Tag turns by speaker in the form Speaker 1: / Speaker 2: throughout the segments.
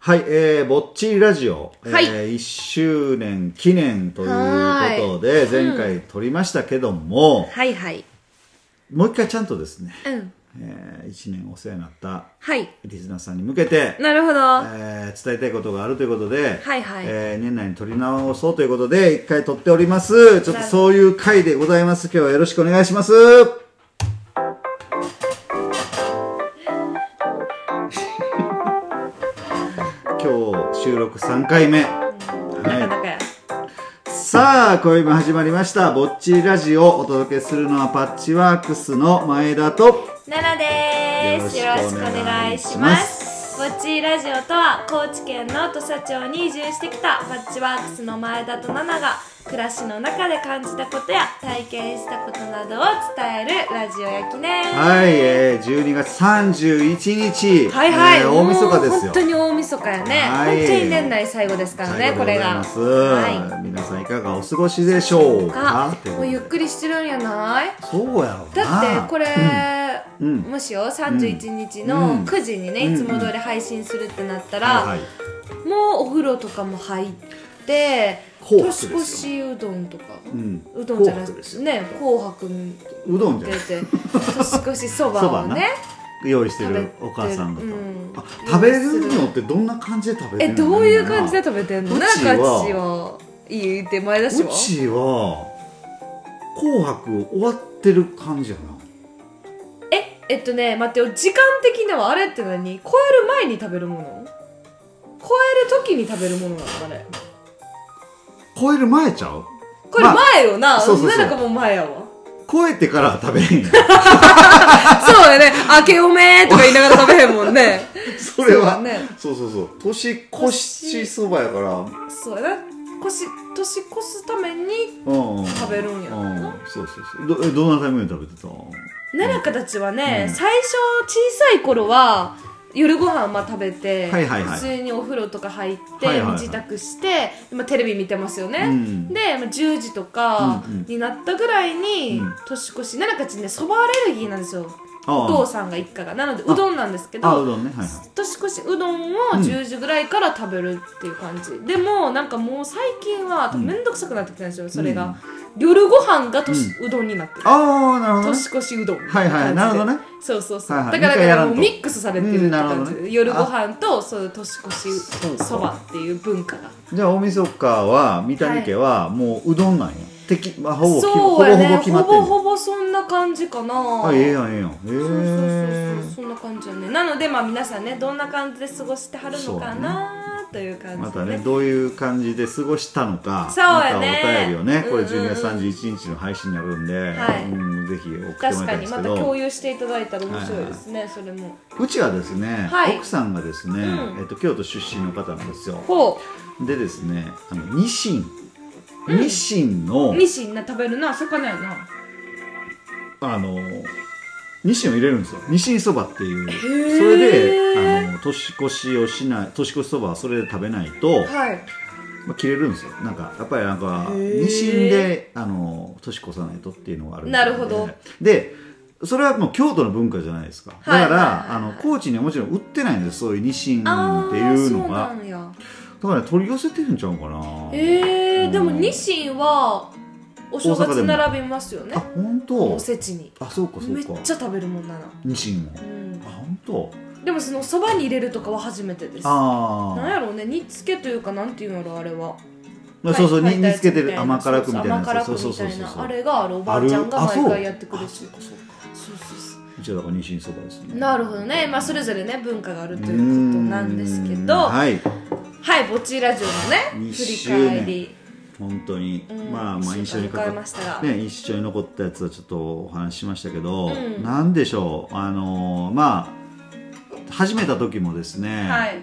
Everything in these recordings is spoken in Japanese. Speaker 1: はい、えー、ぼっちりラジオ、
Speaker 2: はい
Speaker 1: えー、1周年記念ということで、前回撮りましたけども、
Speaker 2: はいはい。
Speaker 1: もう一回ちゃんとですね、
Speaker 2: うん。
Speaker 1: えー、1年お世話になった
Speaker 2: はい。
Speaker 1: リスナーさんに向けて、
Speaker 2: なるほど。は
Speaker 1: えー伝えたいことがあるということで、
Speaker 2: はいはい
Speaker 1: えー年内に撮り直そうということで、一回撮っております。ちょっとそういう回でございます。今日はよろしくお願いし ます。今日収録3回目。
Speaker 2: なかなかや。
Speaker 1: さあ、今夜も始まりました。ぼっちりラジオをお届けするのはパッチワークスの前田と、
Speaker 2: 奈良です。よ
Speaker 1: よ
Speaker 2: ろ
Speaker 1: ろ
Speaker 2: し
Speaker 1: し
Speaker 2: く
Speaker 1: く
Speaker 2: お
Speaker 1: お
Speaker 2: 願
Speaker 1: 願
Speaker 2: い
Speaker 1: い
Speaker 2: し
Speaker 1: し
Speaker 2: ま。
Speaker 1: ますす
Speaker 2: ぼっちーラジオとは、高知県の土佐町に移住してきたパッチワークスの前田と奈々が、暮らしの中で感じたことや体験したことなどを伝えるラジオやきね。
Speaker 1: はい、えー、12月31日、
Speaker 2: はいはい、
Speaker 1: えー大晦日です
Speaker 2: もう本
Speaker 1: よ。
Speaker 2: 当に大晦日やね、
Speaker 1: はい
Speaker 2: 本当に年内最後ですからね、これ
Speaker 1: 最後でご
Speaker 2: が。
Speaker 1: ざいます、
Speaker 2: は
Speaker 1: 皆さんいかがお過ごしでしょう
Speaker 2: い。
Speaker 1: か
Speaker 2: あ
Speaker 1: って、
Speaker 2: もうゆっくりしてるんやない
Speaker 1: そうやろうな
Speaker 2: だってこれ、
Speaker 1: うん
Speaker 2: もしよ31日
Speaker 1: う
Speaker 2: の
Speaker 1: ん
Speaker 2: 9時にね、
Speaker 1: うん
Speaker 2: いつも通り配信するってなったら、
Speaker 1: はいはい
Speaker 2: もうお風呂とかも入って
Speaker 1: 紅白です
Speaker 2: 年
Speaker 1: よ
Speaker 2: 越しうどんとか、う
Speaker 1: うん
Speaker 2: どんじゃな
Speaker 1: 紅白
Speaker 2: く
Speaker 1: です
Speaker 2: て
Speaker 1: よ
Speaker 2: ね紅白に
Speaker 1: うどんじゃない
Speaker 2: 出て年越しそ ばをね
Speaker 1: 用意してる
Speaker 2: 食べて
Speaker 1: お母さん方、
Speaker 2: うん
Speaker 1: あ食べるのってどんな感じで食べ
Speaker 2: え
Speaker 1: てるの
Speaker 2: どういう感じで食べてんの
Speaker 1: うち
Speaker 2: なんか
Speaker 1: は
Speaker 2: 私はいい言って前出し
Speaker 1: う
Speaker 2: は
Speaker 1: ちは紅白終わってる感じやな
Speaker 2: ええっとね待ってよ時間的なはあれって何超える前に食べるもの超える時に食べるものなのあれ
Speaker 1: 超える前ちゃう
Speaker 2: これ前よな、
Speaker 1: まあそうそうそう
Speaker 2: なんかもう前 やわ
Speaker 1: 超えてから食べへんやん
Speaker 2: そうやね「明けおめ」とか言いながら食べへんもんね
Speaker 1: それは
Speaker 2: そうだね
Speaker 1: そうそうそう年越しそばやから
Speaker 2: そうやな年年越すために
Speaker 1: うんうん
Speaker 2: 食べるんやろ
Speaker 1: う
Speaker 2: なん
Speaker 1: そうそうそうどえどんなタイミングで食べてた
Speaker 2: 奈良家たちはね、
Speaker 1: うん
Speaker 2: 最初小さい頃は夜ご飯まあ食べて、
Speaker 1: はいはいはい
Speaker 2: 普通にお風呂とか入って、
Speaker 1: はいはいはい
Speaker 2: 身支度して、まあ、テレビ見てますよね、
Speaker 1: うん
Speaker 2: で、まあ、10時とか
Speaker 1: うんうん
Speaker 2: になったぐらいに、
Speaker 1: うん
Speaker 2: 年越し奈良家たちねそばアレルギーなんですよ
Speaker 1: あ
Speaker 2: お父さんが一家がなのでうどんなんですけど
Speaker 1: あうどんねはいはい
Speaker 2: 年越しうどんを
Speaker 1: うん
Speaker 2: 10時ぐらいから食べるっていう感じ、でもなんかもう最近は
Speaker 1: ん
Speaker 2: 面倒くさくなってきたんですよそれが、夜ご飯が年、うどんになってる
Speaker 1: ああなるほどね
Speaker 2: 年越しうどんみた
Speaker 1: はい
Speaker 2: いな
Speaker 1: はいなる
Speaker 2: 感じ
Speaker 1: ほ
Speaker 2: で
Speaker 1: どね
Speaker 2: そうそうそう、
Speaker 1: はいはい
Speaker 2: だから
Speaker 1: 二回や
Speaker 2: だから
Speaker 1: ん
Speaker 2: も
Speaker 1: と
Speaker 2: うミックスされてるっ
Speaker 1: うん
Speaker 2: て感じで、
Speaker 1: なるほどね
Speaker 2: 夜ご飯とそう年越し
Speaker 1: そうか
Speaker 2: そばっていう文化が
Speaker 1: じゃあ大晦日は三谷家はもううどんなんやてきまあほぼきほ
Speaker 2: そう
Speaker 1: ぼ
Speaker 2: や
Speaker 1: ほ
Speaker 2: ね
Speaker 1: ぼ決まってん
Speaker 2: ほぼ
Speaker 1: の
Speaker 2: ほぼそんな感じかな
Speaker 1: あええやんええやんへ
Speaker 2: そうそうそう
Speaker 1: え
Speaker 2: そうそんな感じよねなのでまあ皆さんねどんな感じで過ごしてはるのかなという感
Speaker 1: ま
Speaker 2: じで
Speaker 1: たねどういう感じで過ごしたのか
Speaker 2: そうやね
Speaker 1: またお便りをねこれ
Speaker 2: うんうんうん
Speaker 1: 12月31日の配信になるんで、
Speaker 2: はい
Speaker 1: うんぜひ送ってもら
Speaker 2: 確
Speaker 1: いた
Speaker 2: か
Speaker 1: いん
Speaker 2: に
Speaker 1: です
Speaker 2: ま
Speaker 1: け
Speaker 2: た
Speaker 1: ど
Speaker 2: 共有していただいたら面白いですね、それも
Speaker 1: うちはですね、
Speaker 2: はい
Speaker 1: 奥さんがですね、
Speaker 2: うん
Speaker 1: えっと、京都出身の方なんですよ
Speaker 2: ほ
Speaker 1: でですねあのニシンニシンの、
Speaker 2: うニシンな食べるな魚やな
Speaker 1: あのニシンを入れるんですよニシンそばっていうそ
Speaker 2: ー
Speaker 1: れであの年越しをしない年越しそばはそれで食べないと、
Speaker 2: はい
Speaker 1: まあ、切れるんですよなんかやっぱりなんか
Speaker 2: へー
Speaker 1: ニシンであの年越さないとっていうのがあるみたいで
Speaker 2: なるほど
Speaker 1: でそれはもう京都の文化じゃないですか、
Speaker 2: はい
Speaker 1: だから、
Speaker 2: はいはいはい
Speaker 1: あの高知にはもちろん売ってないんですそういうニシンって
Speaker 2: ああ
Speaker 1: いうの
Speaker 2: そ
Speaker 1: が
Speaker 2: うなんや
Speaker 1: だから、ね、取り寄せてるんちゃうかなう
Speaker 2: えー、
Speaker 1: ん
Speaker 2: でもニシンはお正
Speaker 1: 大阪で
Speaker 2: 月
Speaker 1: も
Speaker 2: 並びますよね
Speaker 1: あ本当
Speaker 2: おせちに
Speaker 1: あそうかそうか
Speaker 2: めっちゃ食べるもんなな、
Speaker 1: ニシンも
Speaker 2: うん
Speaker 1: あ、本当
Speaker 2: でもそのそばに入れるとかは初めてです
Speaker 1: ああ
Speaker 2: なんやろうね煮つけというかなんていうんやろあれは
Speaker 1: まあ、そうそう、
Speaker 2: はい
Speaker 1: に煮つけて
Speaker 2: みたい
Speaker 1: る
Speaker 2: な
Speaker 1: 甘辛くみたいなやつ
Speaker 2: そうそ
Speaker 1: そ
Speaker 2: う甘辛く
Speaker 1: うそうそう
Speaker 2: みたい
Speaker 1: そう
Speaker 2: なあれがあるおばあちゃんが毎回やってくれる
Speaker 1: あ
Speaker 2: し
Speaker 1: そうかそうか
Speaker 2: そうそうそう
Speaker 1: うちはだからニシンそばですね
Speaker 2: なるほどね、まあ、それぞれね文化があるということなんですけど
Speaker 1: うーん
Speaker 2: は
Speaker 1: はい
Speaker 2: い「ぼっちラジオ」のね
Speaker 1: 2
Speaker 2: 振
Speaker 1: 周
Speaker 2: り
Speaker 1: 年
Speaker 2: 返り、
Speaker 1: 本当に、
Speaker 2: うん
Speaker 1: まあまあ印象にか
Speaker 2: 迎え
Speaker 1: か
Speaker 2: ま
Speaker 1: っ
Speaker 2: したが、
Speaker 1: ね、一緒に残ったやつはちょっとお話ししましたけど、
Speaker 2: うん
Speaker 1: なんでしょうあのーまあ始めた時もですね、
Speaker 2: はい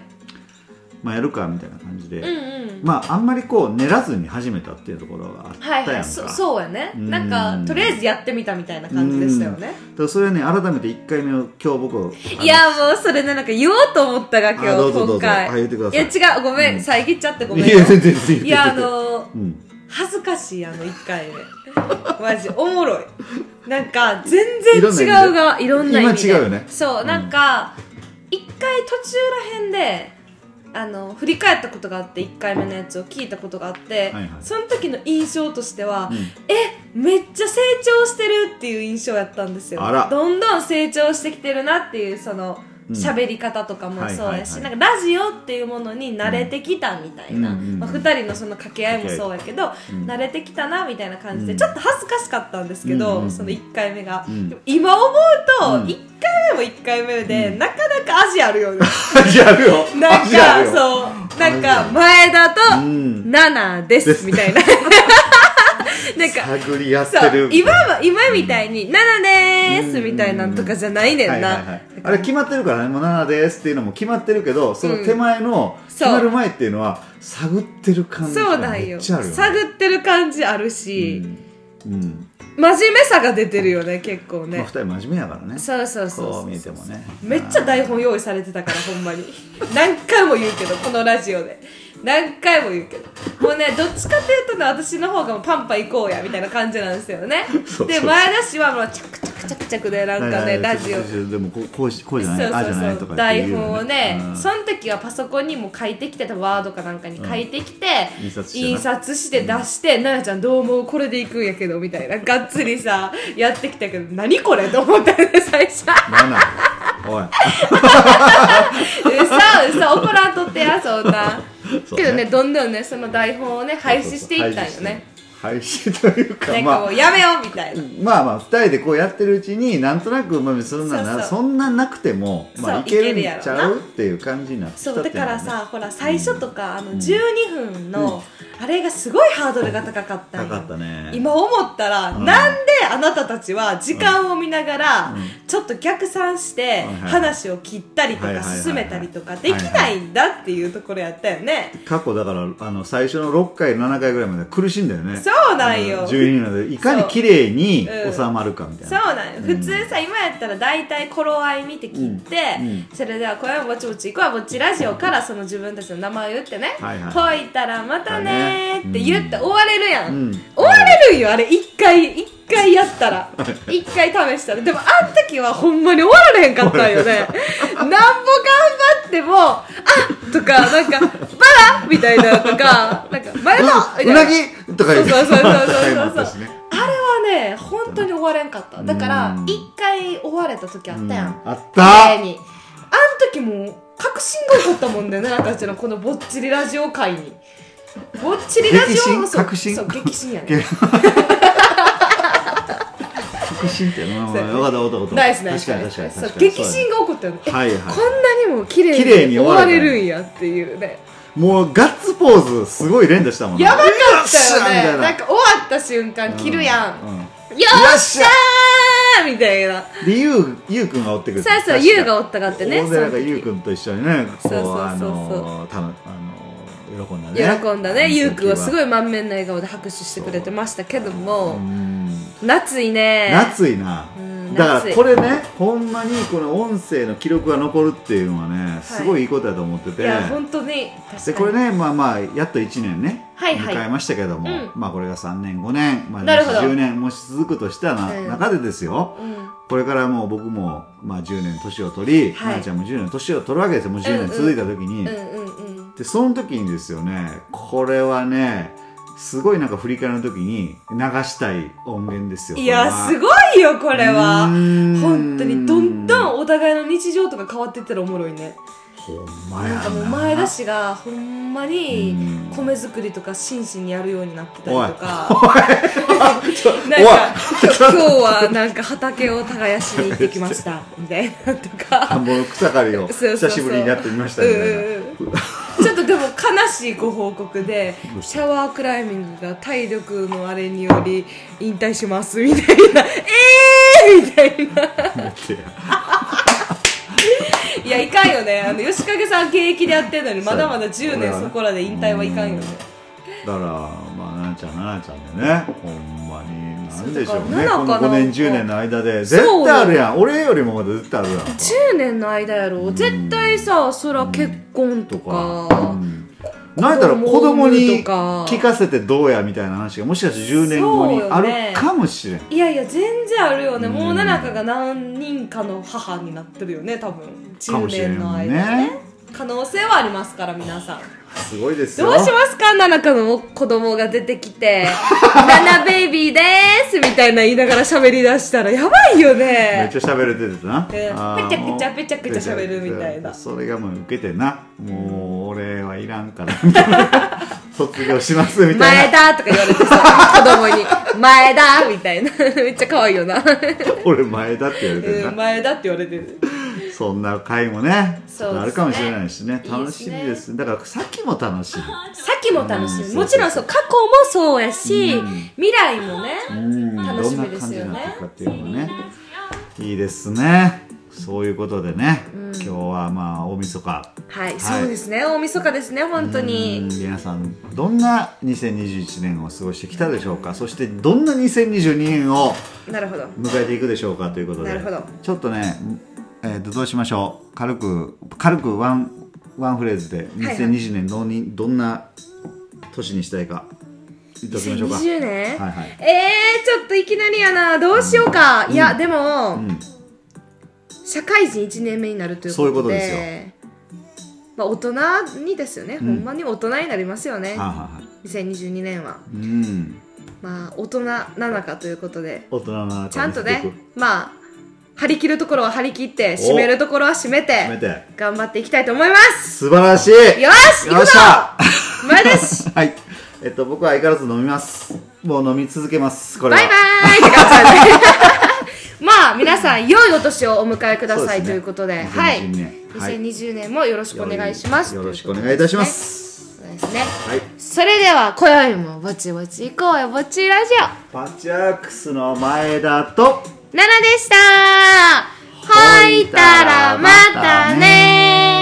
Speaker 1: まあ、やるかみたいな感じで、
Speaker 2: うんうん、
Speaker 1: まああんまりこう練らずに始めたっていうところがあった
Speaker 2: は
Speaker 1: やん
Speaker 2: い
Speaker 1: か、
Speaker 2: はいそそうやね
Speaker 1: うん
Speaker 2: なんかとりあえずやってみたみたいな感じでしたよ
Speaker 1: だ
Speaker 2: ね
Speaker 1: からそれはね改めて1回目を今日僕あの
Speaker 2: いやもうそれねなんか言おうと思ったが今日
Speaker 1: あどうぞどう
Speaker 2: 今
Speaker 1: ぞあ
Speaker 2: 回
Speaker 1: 言ってくだ
Speaker 2: い
Speaker 1: さ
Speaker 2: や
Speaker 1: い
Speaker 2: 違うごめん、
Speaker 1: うん
Speaker 2: 遮っちゃってごめん
Speaker 1: い
Speaker 2: よ
Speaker 1: や全然全然
Speaker 2: いやあのー
Speaker 1: うん
Speaker 2: 恥ずかしいあの1回目マジおもろいなんか全然違うがいろんな意味で
Speaker 1: 今違うよね
Speaker 2: そう、
Speaker 1: うん
Speaker 2: なんか1回途中らへんであの振り返ったことがあって1回目のやつを聞いたことがあっ
Speaker 1: は
Speaker 2: て、
Speaker 1: いはい
Speaker 2: その時の印象としては、
Speaker 1: うん
Speaker 2: えめっちゃ成長してるっていう印象やったんですよ
Speaker 1: あら
Speaker 2: どんどん成長してきてるなっていうその
Speaker 1: うん
Speaker 2: 喋り方とかもそうやし、
Speaker 1: はいはいはい
Speaker 2: なんかラジオっていうものに慣れてきたみたいな、
Speaker 1: うんうんうん
Speaker 2: まあ、2人のその掛け合いもそうやけど、
Speaker 1: うん
Speaker 2: 慣れてきたなみたいな感じで、
Speaker 1: うん
Speaker 2: ちょっと恥ずかしかったんですけど、
Speaker 1: うんうん
Speaker 2: その1回目が、
Speaker 1: うん
Speaker 2: でも今思う
Speaker 1: う
Speaker 2: と
Speaker 1: ん
Speaker 2: 1回目も1回目で、なかなか味あ るよね
Speaker 1: 味あるよ
Speaker 2: なん
Speaker 1: 味あ
Speaker 2: か
Speaker 1: るよ
Speaker 2: そうなんか前田と
Speaker 1: うん
Speaker 2: ナナですみ たいななんか
Speaker 1: 探り合って
Speaker 2: そう
Speaker 1: る
Speaker 2: 今は今みたいに「ナナでーす」みたいなのとかじゃないねん
Speaker 1: はいはいは
Speaker 2: ない
Speaker 1: あれ決まってるからね「もう7です」っていうのも決まってるけどその手前の
Speaker 2: ん
Speaker 1: 決まる前っていうのは探ってる感じ
Speaker 2: そう
Speaker 1: が
Speaker 2: なん
Speaker 1: め
Speaker 2: よ
Speaker 1: っちゃあ
Speaker 2: 探
Speaker 1: るよね
Speaker 2: ってる感じある
Speaker 1: う
Speaker 2: し
Speaker 1: んうん
Speaker 2: 真面目さが出てるよね結構
Speaker 1: まあ
Speaker 2: ね
Speaker 1: 2人真面目やからね
Speaker 2: そうそうそう
Speaker 1: こ
Speaker 2: そう
Speaker 1: 見えて
Speaker 2: う
Speaker 1: もね
Speaker 2: めっちゃ台本用意されてたからほんまに何回も言うけどこのラジオで何回も言うけどもうねどっちかっていうとね私の方がもうパンパ行こうやみたいな感じなんですよね
Speaker 1: そうそう
Speaker 2: で前田氏はもうチャクチャクチャクチャクでなんかねラジオ
Speaker 1: オでもこうこうしこうじゃ
Speaker 2: そう
Speaker 1: ないああじゃない
Speaker 2: そ
Speaker 1: とかっ
Speaker 2: うそう
Speaker 1: て
Speaker 2: 台
Speaker 1: いう
Speaker 2: 本をね、
Speaker 1: うん
Speaker 2: その時はパソコンにも書いてきてたワードかなんかに書いてきて、
Speaker 1: うん印刷してな
Speaker 2: 印刷して出して「ななちゃんどう思うこれでいくんやけど」みたいながっつりさやってきたけど何これと思ったよね最初
Speaker 1: ななおい
Speaker 2: うそ怒らんとってやそんな
Speaker 1: そう
Speaker 2: けどねどんどんねその台本をね 廃止していったんよね
Speaker 1: 廃止というか
Speaker 2: なん
Speaker 1: ま
Speaker 2: か
Speaker 1: あ
Speaker 2: もうやめようみたいな、
Speaker 1: まあまあ2人でこうやってるうちになんとなくまあそんな
Speaker 2: そう
Speaker 1: な
Speaker 2: そう
Speaker 1: そんななくてもまあ
Speaker 2: そう
Speaker 1: いけるんち
Speaker 2: いけるや
Speaker 1: ゃ
Speaker 2: ろ
Speaker 1: うっていう感じになってきた
Speaker 2: そう
Speaker 1: って
Speaker 2: だ
Speaker 1: いうの
Speaker 2: か
Speaker 1: は
Speaker 2: ら
Speaker 1: ね
Speaker 2: さほら最初とかあの12分の、あれがすごいハードルが高かったん
Speaker 1: 高
Speaker 2: よ
Speaker 1: かったね
Speaker 2: 今思ったら、
Speaker 1: うん
Speaker 2: なんであなたたちは時間を見ながら、
Speaker 1: うん
Speaker 2: ちょっと逆算して
Speaker 1: うんはい
Speaker 2: 話を切ったりと
Speaker 1: はいは
Speaker 2: か
Speaker 1: いはいはい
Speaker 2: 進めたりとかできないんだっていうところやったよね、
Speaker 1: 過去だからあの最初の6回7回ぐらいまで苦しいんだよね
Speaker 2: そうなんよ
Speaker 1: あの12なのでいかに綺麗に
Speaker 2: うん
Speaker 1: 収まるかみたい
Speaker 2: そう
Speaker 1: な、
Speaker 2: なんよ、普通さ今やったら大体頃合い見て切って、
Speaker 1: うんうん
Speaker 2: それでは「これはぼちぼち行こうぼっちラジオ」からその自分たちの名前を言ってね「
Speaker 1: はいはい
Speaker 2: ほいたらまたね」って言って終われるやん、
Speaker 1: うん
Speaker 2: 終われるんよあれ一回一回やった ら一回試したらでもあん時はほんまに終わられへんかったん よねなんぼ頑張っても「あとかなんか「バラ!」みたいなのとか「なんか前の!」みたいうな。
Speaker 1: なぎとか言って
Speaker 2: そうそうそうそうそうそう
Speaker 1: 回もあったしね
Speaker 2: あれはね本当に終われんかっただから
Speaker 1: うん
Speaker 2: 一回終われた時あったや ん
Speaker 1: うんあっ
Speaker 2: 綺
Speaker 1: た
Speaker 2: 麗にあん時もう確信が良かったもんね奈々たちのこのぼっちりラジオ会にぼっちりラジオ
Speaker 1: 激震
Speaker 2: そう
Speaker 1: 確信
Speaker 2: そう激震やね
Speaker 1: 激確信ってまあまあよかったよかった
Speaker 2: ナイスナイス
Speaker 1: 確かに確かに確かに
Speaker 2: そう激
Speaker 1: そう
Speaker 2: 震が起こったよね、え
Speaker 1: はいはい
Speaker 2: こんなにも綺麗
Speaker 1: 綺麗に終
Speaker 2: に終
Speaker 1: わ
Speaker 2: わ
Speaker 1: れ
Speaker 2: れ
Speaker 1: た
Speaker 2: るんやっていうね
Speaker 1: だもうガッツポーズすごい連打したもんね
Speaker 2: やばかった
Speaker 1: よっしゃみたい
Speaker 2: よね
Speaker 1: な
Speaker 2: なんか終わった瞬間切るやん、
Speaker 1: ううん
Speaker 2: よっしゃーみたいな
Speaker 1: でゆうゆうくんが追ってくる
Speaker 2: そうそう優がおったかってね
Speaker 1: 大勢なんかゆうくんと一緒にねこう
Speaker 2: そうそうそうそう
Speaker 1: あのーたのあのー喜んだね
Speaker 2: 喜んだね、ゆうくんはすご
Speaker 1: い
Speaker 2: い満面の笑顔で拍手してくれてましたけど
Speaker 1: う
Speaker 2: も、
Speaker 1: ん
Speaker 2: 夏いね
Speaker 1: 夏いな
Speaker 2: うん
Speaker 1: だか
Speaker 2: 夏
Speaker 1: ら
Speaker 2: い
Speaker 1: これねほんまにこの音声の記録が残るっていうのはねすごいいいことだと思って
Speaker 2: い
Speaker 1: て
Speaker 2: や本当に確か
Speaker 1: で
Speaker 2: に
Speaker 1: これねまあまあやっと1年ね
Speaker 2: はいはい
Speaker 1: 迎えましたけども
Speaker 2: うん
Speaker 1: まあこれが3年5年まあ
Speaker 2: なるほど
Speaker 1: 10年もし続くとしたら
Speaker 2: うん
Speaker 1: 中でですよ
Speaker 2: うん
Speaker 1: これからもう僕もまあ10年年を取り、
Speaker 2: はい
Speaker 1: なあちゃんも10年年を取るわけですよもう10年続いた時に、
Speaker 2: うんうんうん
Speaker 1: でその時にですよねこれはねすごいなんか振り返りの時に流したい音源ですよ
Speaker 2: いやす
Speaker 1: い
Speaker 2: ごいよこれは本当にどんど
Speaker 1: ん
Speaker 2: んお互いの日常とか変わっていったらおもろいね
Speaker 1: ほんまや
Speaker 2: なんかもう前田氏がほんまに米作りとか真摯にやるようになってたりとかなんか 今日はなんか畑を耕しに行ってきましたみたいなとか
Speaker 1: 田んぼの草刈りを
Speaker 2: そうそうそ
Speaker 1: 久
Speaker 2: う
Speaker 1: しぶりにやってみました
Speaker 2: う
Speaker 1: み
Speaker 2: ん
Speaker 1: たいな
Speaker 2: うんうんちょっとでも悲しいご報告で
Speaker 1: どうし
Speaker 2: シャワークライミングが体力のあれにより引退しますみたいなえーみたいな
Speaker 1: 思って
Speaker 2: いやいかんよねあの吉影さん現役でやってるのにまだまだ10年そこらで引退はいかんよね
Speaker 1: だからまあななちゃんななちゃんでねほんまになんでしょう
Speaker 2: そう
Speaker 1: ね
Speaker 2: だから
Speaker 1: この
Speaker 2: ななか
Speaker 1: 5
Speaker 2: な
Speaker 1: 年10年の間で
Speaker 2: そ
Speaker 1: 絶
Speaker 2: う
Speaker 1: 対あるやん俺よりもまだ絶対あるやん
Speaker 2: 10年の間やろ絶対さそら結婚と
Speaker 1: と
Speaker 2: か
Speaker 1: か、うんなんやったら子供に
Speaker 2: とか
Speaker 1: 聞かせてどうやみたいな話がもしかして10年後にあるかもしれん、
Speaker 2: いやいや全然あるよね
Speaker 1: うん
Speaker 2: もう奈々香が何人かの母になってるよね多分
Speaker 1: か
Speaker 2: 10
Speaker 1: もしれん
Speaker 2: 年の
Speaker 1: もん
Speaker 2: 間ね
Speaker 1: ね
Speaker 2: 可能性はありますから皆さん
Speaker 1: すごいです
Speaker 2: ど
Speaker 1: よ
Speaker 2: うしますか七中の子供が出てきて 「ナナベイビーでーす」みたいな言いながら喋り出したらやばいよ
Speaker 1: めっ
Speaker 2: ね
Speaker 1: ちゃ喋れててな、
Speaker 2: うん
Speaker 1: あー
Speaker 2: ぺちゃくちゃぺちゃくちゃ喋るみたいな
Speaker 1: それがもう受けてなもう俺はいらん からみたいな卒業しますみた
Speaker 2: 前
Speaker 1: いな
Speaker 2: だとか言われてさ子供に「前だ」みたいなめっちゃ可愛いよな、
Speaker 1: 俺前だって言われてる
Speaker 2: う
Speaker 1: な、
Speaker 2: ん、前だって言われてる
Speaker 1: そんな回もね
Speaker 2: そうですね
Speaker 1: あるかもしれないしね
Speaker 2: いいですね
Speaker 1: 楽しみですだからさっきも楽しみ
Speaker 2: さっきも楽し
Speaker 1: う
Speaker 2: み
Speaker 1: ん
Speaker 2: もちろんそう過去もそうやし、
Speaker 1: うん
Speaker 2: 未来もね、
Speaker 1: うん
Speaker 2: 楽
Speaker 1: ど
Speaker 2: し
Speaker 1: んな
Speaker 2: みで
Speaker 1: 感
Speaker 2: す
Speaker 1: じ
Speaker 2: よ
Speaker 1: になって
Speaker 2: ね
Speaker 1: いくかっていうのがねいいですねそういうことでね、今日はまあ大晦日
Speaker 2: はい、
Speaker 1: い
Speaker 2: そうですね大晦日ですね本当
Speaker 1: うん
Speaker 2: に
Speaker 1: 皆さんどんな2021年を過ごしてきたでしょうかそしてどんな2022年を
Speaker 2: なるほど
Speaker 1: 迎えていくでしょうかということで
Speaker 2: なるほど
Speaker 1: ちょっとね、えーとどうしましょう軽く軽くワンワンフレーズで
Speaker 2: はい
Speaker 1: 2020年どうに、どんな年にしたいか言っておきましょうか
Speaker 2: 2020
Speaker 1: は
Speaker 2: 年、
Speaker 1: いはい
Speaker 2: えー、ちょっといきなりやなどうしようか、いやでも、
Speaker 1: うん
Speaker 2: 社会人1年目になるということで
Speaker 1: そういうことです
Speaker 2: まあ、大人にですよね、ほんまに大人になりますよね、
Speaker 1: はいはいはい
Speaker 2: 2022年は
Speaker 1: うん
Speaker 2: まあ大人なのかということで
Speaker 1: 大人な
Speaker 2: ちゃんとねまあ張り切るところは張り切って締めるところは締め
Speaker 1: 決め
Speaker 2: て
Speaker 1: て
Speaker 2: 頑張っていきたいと思います
Speaker 1: 素晴らしい
Speaker 2: よし
Speaker 1: よっしゃ
Speaker 2: 行くぞ前で す
Speaker 1: はいえっと僕は相変わらず飲みますもう飲み続けますこれ
Speaker 2: バ
Speaker 1: は
Speaker 2: イバーイって感じでまあ皆さん良いお年をお迎えくだ
Speaker 1: そ
Speaker 2: さい、
Speaker 1: うですね
Speaker 2: ということではい
Speaker 1: 2020年はい
Speaker 2: 2020年もよろしくお願いします
Speaker 1: よろしくお願いいたします
Speaker 2: そうですね
Speaker 1: はい
Speaker 2: それでは今宵もぼちぼち行こうよぼちラジオ
Speaker 1: パッチワークスの前田と
Speaker 2: ナナでしたはいたらまたね